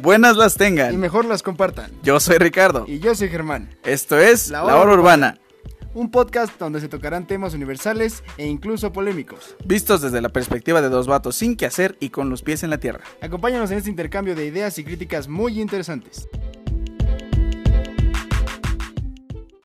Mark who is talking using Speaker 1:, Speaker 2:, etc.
Speaker 1: buenas las tengan.
Speaker 2: Y mejor las compartan.
Speaker 1: Yo soy Ricardo.
Speaker 2: Y yo soy Germán.
Speaker 1: Esto es La Hora, Urbana.
Speaker 2: Un podcast donde se tocarán temas universales e incluso polémicos.
Speaker 1: Vistos desde la perspectiva de dos vatos sin qué hacer y con los pies en la tierra.
Speaker 2: Acompáñanos en este intercambio de ideas y críticas muy interesantes.